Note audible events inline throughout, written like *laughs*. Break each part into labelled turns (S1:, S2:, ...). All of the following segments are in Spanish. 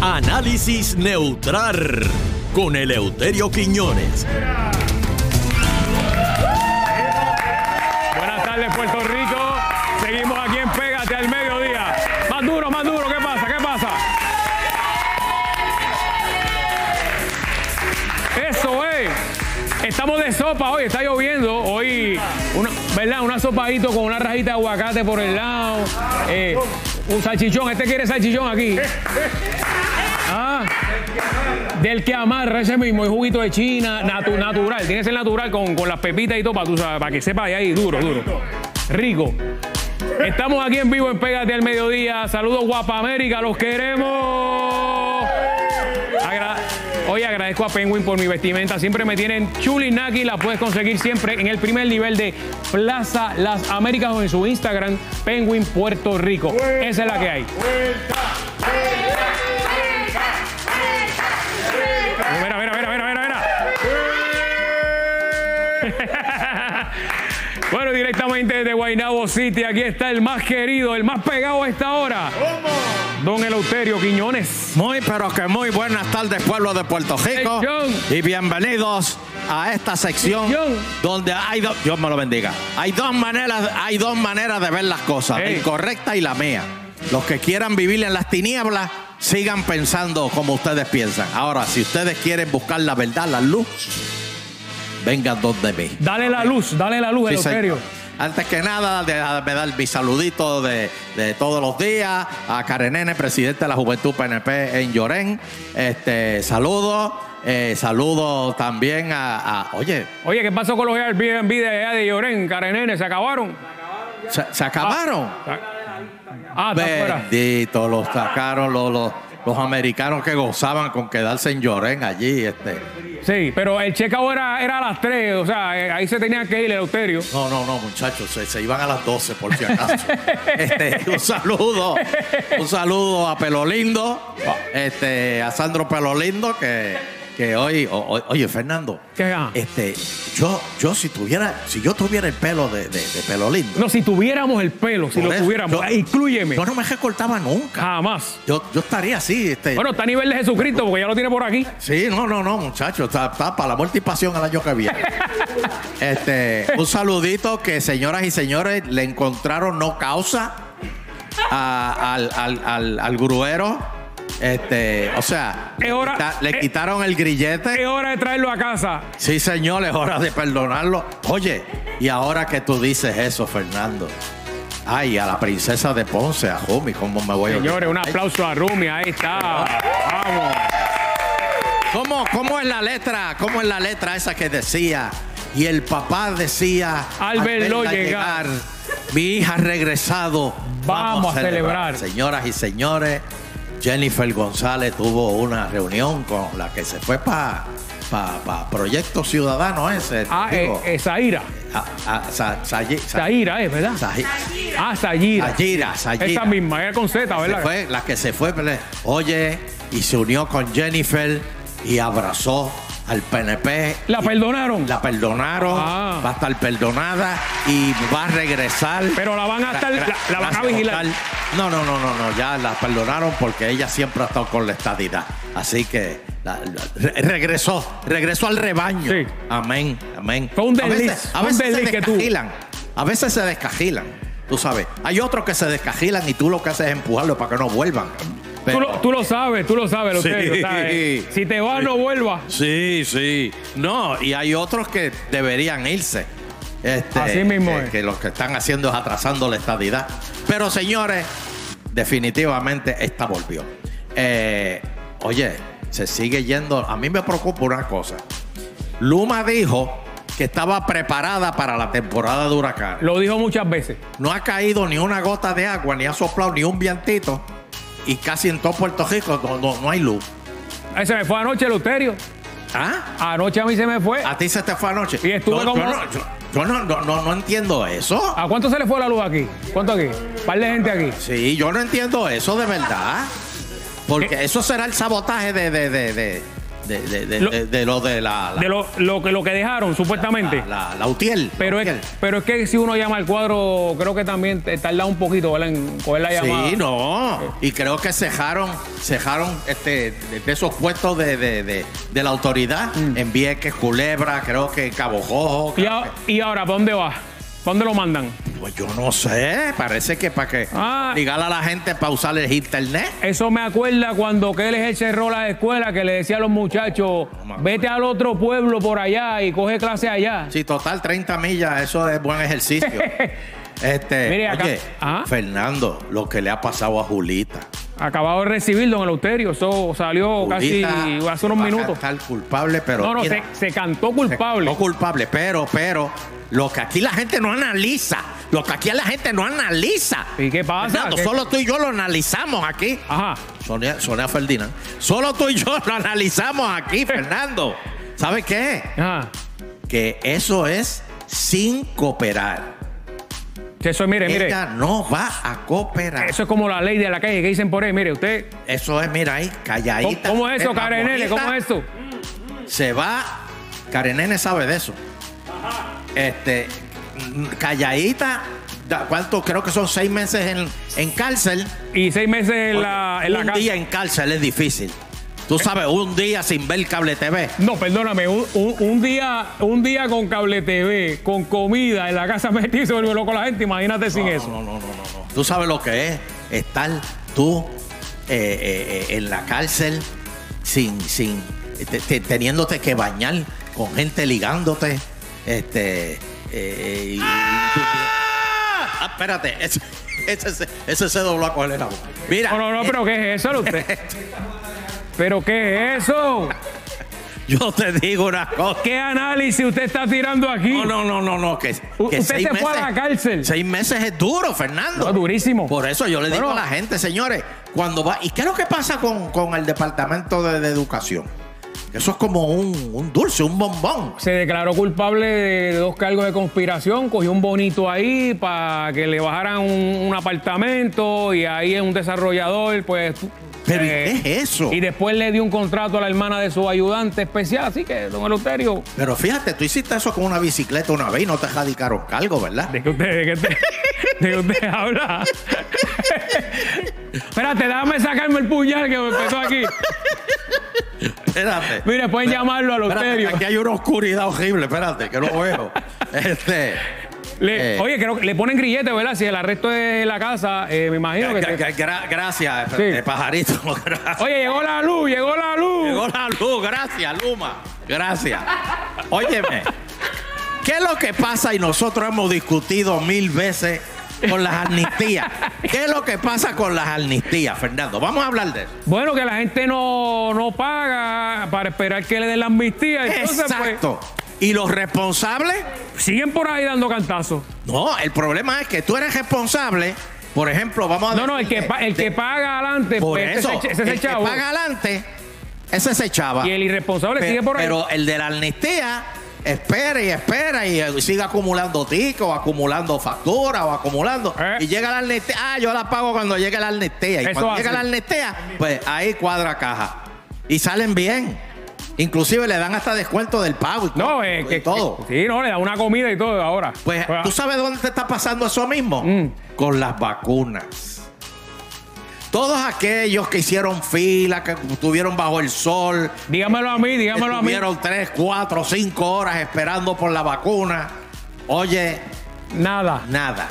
S1: Análisis neutral con Eleuterio Quiñones.
S2: Buenas tardes, Puerto Rico. Seguimos aquí en Pégate al mediodía. Más duro, más duro. ¿Qué pasa? ¿Qué pasa? Eso es. Estamos de sopa hoy, está lloviendo. Hoy, una, ¿verdad? Una sopadito con una rajita de aguacate por el lado. Eh, un salchichón. Este quiere salchichón aquí. Ah, del que amarra ese mismo, el juguito de China, natu- natural. Tiene que ser natural con, con las pepitas y todo para, tú sabes, para que sepa ahí, ahí, duro, duro. Rico. Estamos aquí en vivo en Pégate al Mediodía. Saludos, Guapa América, los queremos. Agra- Hoy agradezco a Penguin por mi vestimenta. Siempre me tienen chulinaki. La puedes conseguir siempre en el primer nivel de Plaza Las Américas o en su Instagram, Penguin Puerto Rico. Esa es la que hay. Mira, mira, mira, mira, mira,
S3: ¡Eh!
S2: mira. Bueno, directamente desde Guaynabo City, aquí está el más querido, el más pegado a esta hora. Don Eleuterio Quiñones.
S3: Muy, pero que muy buenas tardes, pueblo de Puerto Rico.
S2: Sección.
S3: Y bienvenidos a esta sección
S2: Sección.
S3: donde hay dos. Dios me lo bendiga. Hay dos maneras, hay dos maneras de ver las cosas, la
S2: Ey.
S3: incorrecta y la mía. Los que quieran vivir en las tinieblas, sigan pensando como ustedes piensan. Ahora, si ustedes quieren buscar la verdad, la luz, vengan donde mí.
S2: Dale la luz, dale la luz,
S3: Sí,
S2: Eleuterio.
S3: señor. Antes que nada, déjame dar mi saludito de, de todos los días a Karenene, presidente de la Juventud PNP en Llorén. Este, saludo, eh, saludo también a, a- oye,
S2: Oye, ¿qué pasó con los Airbnb de allá de Llorén, Karenene? ¿Se acabaron?
S3: se, se acabaron.
S2: Ah, está fuera.
S3: Bendito, los sacaron los, los, los americanos que gozaban con quedarse en Llorén allí. Este.
S2: Sí, pero el check-out era, era a las 3, o sea, eh, ahí se tenía que ir Eleuterio.
S3: No, no, no, muchachos, se, se iban a las 12 por si
S2: *laughs*
S3: acaso. Este, un saludo, un saludo a Pelolindo, este, a Sandro Pelolindo, que, que hoy, o- o- oye, Fernando,
S2: ¿Qué? Ah.
S3: este, yo, yo si tuviera, si yo tuviera el pelo de, de, de Pelolindo,
S2: No, si tuviéramos el pelo, si
S3: Por
S2: lo
S3: eso,
S2: tuviéramos,
S3: yo-
S2: eh, inclúyeme.
S3: yo no me recortaba nunca.
S2: Jamás.
S3: Yo, yo estaría así, este.
S2: Bueno, está a nivel de Jesucristo, porque ya lo tiene por aquí.
S3: Sí, no, no, no, muchachos, está, está para la multipación al año que viene.
S2: *laughs*
S3: este, un saludito que señoras y señores le encontraron no causa a- al, al, al, al gruero. Este, o sea,
S2: Es hora-
S3: quita- le
S2: eh,
S3: quitaron el
S2: Es
S3: grillete.
S2: hora de traerlo a casa.
S3: Sí, señor, es hora de perdonarlo. Oye, y ahora que tú dices eso, Fernando. Ay, a la princesa de Ponce, a Jumi, ¿cómo me voy a
S2: Señores, un
S3: olvidar?
S2: aplauso a Rumi, ahí está. Vamos.
S3: ¿Cómo, ¿Cómo es la letra? ¿Cómo es la letra esa que decía? Y el papá decía,
S2: Al verlo
S3: verla
S2: llegar,
S3: mi hija ha regresado,
S2: Vamos a celebrar.
S3: Señoras y señores, Jennifer González tuvo una reunión con la que se fue para Proyecto Ciudadano ese.
S2: Ah,
S3: digo,
S2: eh, eh, Zaira.
S3: a- a- Sa- Sayi- Sa-
S2: Zaira es, ¿verdad?
S3: Sayi-
S2: Ah, Zaira.
S3: Sayira, Sayira.
S2: Esa misma, era con Z,
S3: Se
S2: ¿verdad?
S3: fue, la que se fue, pero, oye, y se unió con Jennifer y abrazó al PNP.
S2: La
S3: y
S2: perdonaron.
S3: La perdonaron,
S2: Ah.
S3: va a estar perdonada y va a regresar.
S2: Pero la van a estar- la- la van a
S3: Gracias,
S2: vigilar.
S3: Oscar. No, no, no, no, no, ya la perdonaron porque ella siempre ha estado con la estadidad. Así que la- la- re- regresó, regresó al rebaño.
S2: Sí.
S3: Amén, amén.
S2: Fue un
S3: A veces-
S2: desliz, fue
S3: a
S2: un
S3: veces se
S2: desliz que tuvo.
S3: descajilan, A veces se descajilan, tú sabes. Hay otros que se descajilan y tú lo que haces es empujarlo para que no vuelvan. Pero-
S2: Tú, lo, tú lo sabes, tú lo sabes, lo
S3: Sí.
S2: que- ¿sabes? Si te vas, no vuelvas.
S3: Sí, sí. No, y hay otros que deberían irse. Este,
S2: Así mismo
S3: que,
S2: es.
S3: que lo que están haciendo es atrasando la estadidad. Pero señores, definitivamente esta volvió. Eh, oye, se sigue yendo. A mí me preocupa una cosa. Luma dijo que estaba preparada para la temporada de huracán.
S2: Lo dijo muchas veces.
S3: No ha caído ni una gota de agua, ni ha soplado ni un vientito. Y casi en todo Puerto Rico no, no- no hay luz.
S2: Ahí se me fue anoche, Eleuterio.
S3: ¿Ah?
S2: Anoche a mí se me fue.
S3: A ti se te fue anoche.
S2: Y estuve
S3: No,
S2: como-
S3: Yo, no, yo- yo no, no, no- no entiendo eso.
S2: ¿A cuánto se le fue la luz aquí? ¿Cuánto aquí? par de gente aquí.
S3: Sí, yo no entiendo eso de verdad. Porque eso será el sabotaje de, de, de, de- de, de- de-
S2: Lo-
S3: de- de lo de la, la,
S2: De lo, lo que, lo que dejaron, supuestamente.
S3: la, la Utiel.
S2: pero,
S3: la
S2: es,
S3: Utiel.
S2: pero es que si uno llama al cuadro, creo que también te- tarda un poquito ¿verdad? en coger la llamada.
S3: Sí, no. Y creo que cejaron, cejaron este, de, de esos puestos de, de, de, de la autoridad en Vieques, Culebra, creo que en Cabo Jojo.
S2: Mm. Y,
S3: creo
S2: a- y ahora, ¿para dónde va? ¿Para dónde lo mandan?
S3: que- pues yo no sé. Parece que para que
S2: Ah.
S3: digan a la gente para usar el internet.
S2: Eso me acuerda cuando Kelly cerró la escuela que le decía a los muchachos,
S3: me acuerdo.
S2: vete al otro pueblo por allá y coge clase allá.
S3: Sí, total, 30 millas, eso es buen
S2: *laughs*
S3: ejercicio. este,
S2: Mire, acá- ¿Ah?
S3: oye,
S2: Ajá.
S3: Fernando, lo que le ha pasado a Julita.
S2: Acabado de recibir, don Eleuterio. Eso salió casi hace unos
S3: va a
S2: minutos.
S3: cantar culpable, pero.
S2: No, no,
S3: mira,
S2: se, se cantó culpable.
S3: No culpable, pero, pero, lo que aquí la gente no analiza, lo que aquí la gente no analiza.
S2: ¿Y qué pasa?
S3: Fernando,
S2: ¿Qué-
S3: solo tú y yo lo analizamos aquí.
S2: Ajá.
S3: Sonia, Sonia Ferdinand. Solo tú y yo lo analizamos
S2: *laughs*
S3: aquí, Fernando. ¿Sabes qué?
S2: Ajá.
S3: Que eso es sin cooperar.
S2: Eso mire, mire.
S3: Ella no va a cooperar.
S2: Eso es como la ley de la calle que dicen por ahí. Mire, usted.
S3: Eso es, mira ahí, calladita.
S2: ¿Cómo es eso,
S3: la
S2: Karenele?
S3: bonita
S2: ¿Cómo es eso?
S3: Se va. Karenene sabe de eso. Este, mm, calladita, da- ¿cuánto? Creo que son seis meses en, en cárcel.
S2: Y seis meses en la, en la Eh.
S3: un
S2: casa.
S3: día en cárcel es difícil. Tú sabes, un día sin ver cable TV.
S2: No, perdóname, un, un- un día, un día con cable TV, con comida, en la casa *laughs* metido, se vuelve loco la gente, imagínate sin eso.
S3: Tú sabes lo que es estar tú eh, eh, eh, en la cárcel sin, sin te- te- teniéndote que bañar con gente ligándote. Este. eh, y- Ah, espérate, ese, ese, ese se dobló a coger el agua. Mira.
S2: No, no, no,
S3: eh,
S2: pero ¿qué es eso,
S3: *laughs*
S2: usted? ¿Pero qué es eso?
S3: eh, Yo te digo una cosa.
S2: ¿Qué análisis usted está tirando aquí?
S3: No, no, no, no, no. Que,
S2: U-
S3: que
S2: usted
S3: seis
S2: se fue a la cárcel.
S3: Seis meses es duro, Fernando.
S2: No, durísimo.
S3: Por eso yo le digo
S2: Bueno.
S3: a la gente, señores, cuando va. ¿Y qué es lo que pasa con, con el departamento de, de educación? Eso es como un, un dulce, un bombón.
S2: Se declaró culpable de dos cargos de conspiración, cogió un bonito ahí para que le bajaran un, un apartamento y ahí es un desarrollador, pues...
S3: Pero, ¿y qué es eso?
S2: Y después le dio un contrato a la hermana de su ayudante especial, así que, don Eleuterio,
S3: Pero fíjate, tú hiciste eso con una bicicleta una vez y no te radicaron cargo, ¿verdad?
S2: ¿De qué usted, de qué usted, de qué usted *laughs* habla? Espérate, déjame sacarme el puñal que me empezó aquí.
S3: Espérate.
S2: Mire, pueden llamarlo a
S3: Espérate,
S2: Loterio.
S3: aquí hay una oscuridad horrible, espérate, que
S2: *laughs*
S3: lo veo. este.
S2: Le-
S3: eh,
S2: Oye, creo que le ponen grillete, ¿verdad? Si el arresto de la casa, eh, me imagino que.
S3: gra-
S2: te-
S3: gra- gra- gracias,
S2: Sí.
S3: eh, pajarito. *laughs* gracias.
S2: Oye, llegó la luz, llegó la luz.
S3: Llegó la luz, gracias, Luma. Gracias. Óyeme, ¿qué es lo que pasa? Y nosotros hemos discutido mil veces con las amnistías. ¿Qué es lo que pasa con las amnistías, Fernando? Vamos a hablar de eso.
S2: Bueno, que la gente no, no paga para esperar que le den la amnistía. Entonces,
S3: Exacto. ¿Y los responsables?
S2: pues, siguen por ahí dando cantazos.
S3: No, el problema es que tú eres responsable. Por ejemplo, vamos a
S2: No, no, el
S3: decir
S2: que,
S3: de-
S2: pa- el que
S3: de-
S2: paga adelante,
S3: Por
S2: pues, ese
S3: eso,
S2: se- ese es
S3: el
S2: el chavo.
S3: que paga adelante, ese se echaba.
S2: Y el irresponsable
S3: Pe-
S2: sigue por ahí.
S3: Pero el de la amnistía espera y espera y eh, sigue acumulando tickets o acumulando facturas o acumulando.
S2: Eh.
S3: Y llega la amnistía. Ah, yo la pago cuando llegue la amnistía. Y
S2: Eso
S3: cuando
S2: hace.
S3: llega la amnistía, pues ahí cuadra caja. Y salen bien. Inclusive le dan hasta descuento del pago y,
S2: No,
S3: todo,
S2: eh, ah.
S3: y
S2: que,
S3: todo.
S2: que- sí, no, le da una comida y todo ahora.
S3: Pues,
S2: Ahora,
S3: ¿tú sabes dónde te está pasando eso mismo?
S2: Mm.
S3: Con las vacunas. Todos aquellos que hicieron fila, que estuvieron bajo el sol,
S2: dígamelo a mí, dígamelo a mí.
S3: estuvieron tres, cuatro, cinco horas esperando por la vacuna. Oye,
S2: Nada.
S3: nada.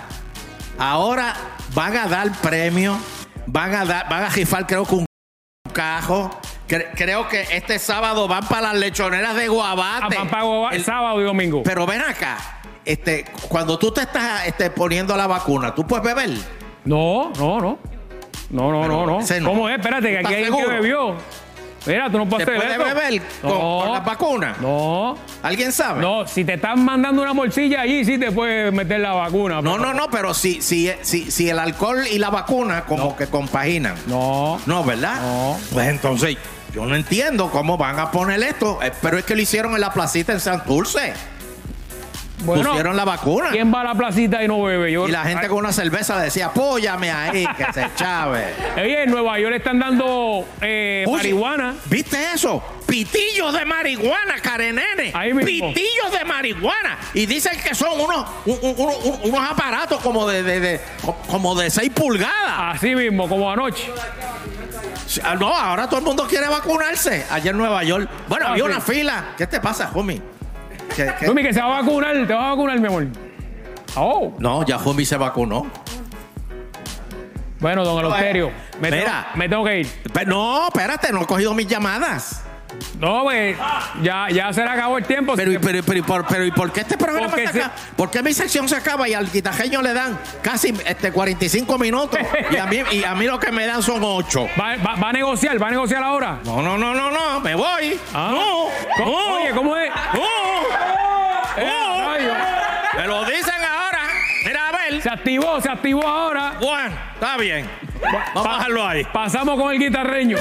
S3: Ahora van a dar premio, van a dar, van a rifar creo que un cajo. Cre- creo que este sábado van para las lechoneras de
S2: A
S3: Guabate.
S2: pago
S3: El-
S2: sábado y domingo.
S3: pero ven acá, este, cuando tú te estás este, poniendo la vacuna, tú puedes beber.
S2: No, no, no. No, no, no, no.
S3: ese no.
S2: ¿Cómo es? Espérate, que
S3: ¿Tú
S2: aquí hay
S3: estás
S2: alguien que
S3: seguro?
S2: bebió. Mira, tú no
S3: ¿Te
S2: puedes hacer
S3: puedes
S2: esto.
S3: beber con, con la vacuna?
S2: No,
S3: ¿Alguien sabe?
S2: no. Si te están mandando una morcilla allí, sí te puedes meter la vacuna.
S3: no,
S2: pero-
S3: no, no, pero si, si, si, si el alcohol y la vacuna como que compaginan.
S2: No.
S3: No, ¿verdad?
S2: No.
S3: Pues entonces, yo no entiendo cómo van a poner esto, eh, pero es que lo hicieron en la placita en Santurce.
S2: Bueno,
S3: pusieron la vacuna.
S2: ¿Quién va a la placita y no bebe? Yo-
S3: Y la gente con una cerveza le decía, apóyame ahí,
S2: *laughs*
S3: que se chave.
S2: Oye, Eh, en Nueva York le están dando eh,
S3: Oye,
S2: marihuana.
S3: ¿Viste eso? Pitillos de marihuana, carenene.
S2: Ahí mismo.
S3: Pitillos de marihuana. Y dicen que son unos, un- un- un- un- unos aparatos como de, de, de- como de 6 pulgadas.
S2: Así mismo, como anoche.
S3: ¿Eh? Ah, No, ahora todo el mundo quiere vacunarse. Allá en Nueva York. Bueno,
S2: Ah,
S3: había
S2: sí.
S3: una fila. ¿Qué te pasa, homie? ¿Qué- qué?
S2: Lumi, que se va a vacunar, te vas a vacunar, mi amor. Oh,
S3: No, ya homie se vacunó.
S2: bueno, don Eleuterio. Me, tengo-
S3: eh, Mira.
S2: me tengo que ir.
S3: Pe- no, espérate, no he cogido mis llamadas.
S2: No, pues, ya, ya se le acabó el tiempo.
S3: Pero, y- pero, y- pero, y por- pero ¿y por qué este programa
S2: Porque
S3: se acaba? ¿Por qué mi sección se acaba y al guitajeño le dan casi este, 45 minutos? Y a, mí, y a mí lo que me dan son 8.
S2: va, va- va a negociar, va a negociar ahora.
S3: No, no, no, no, no, me voy.
S2: Ah.
S3: No,
S2: ¿Cómo-
S3: no, Oh.
S2: Oye, ¿cómo es?
S3: Ah. no,
S2: Eh,
S3: no.
S2: rayo.
S3: Me lo dicen ahora. Mira, a ver.
S2: Se activó, se activó ahora.
S3: Juan, está bien. Vamos a dejarlo ahí.
S2: Pasamos con el guitarreño.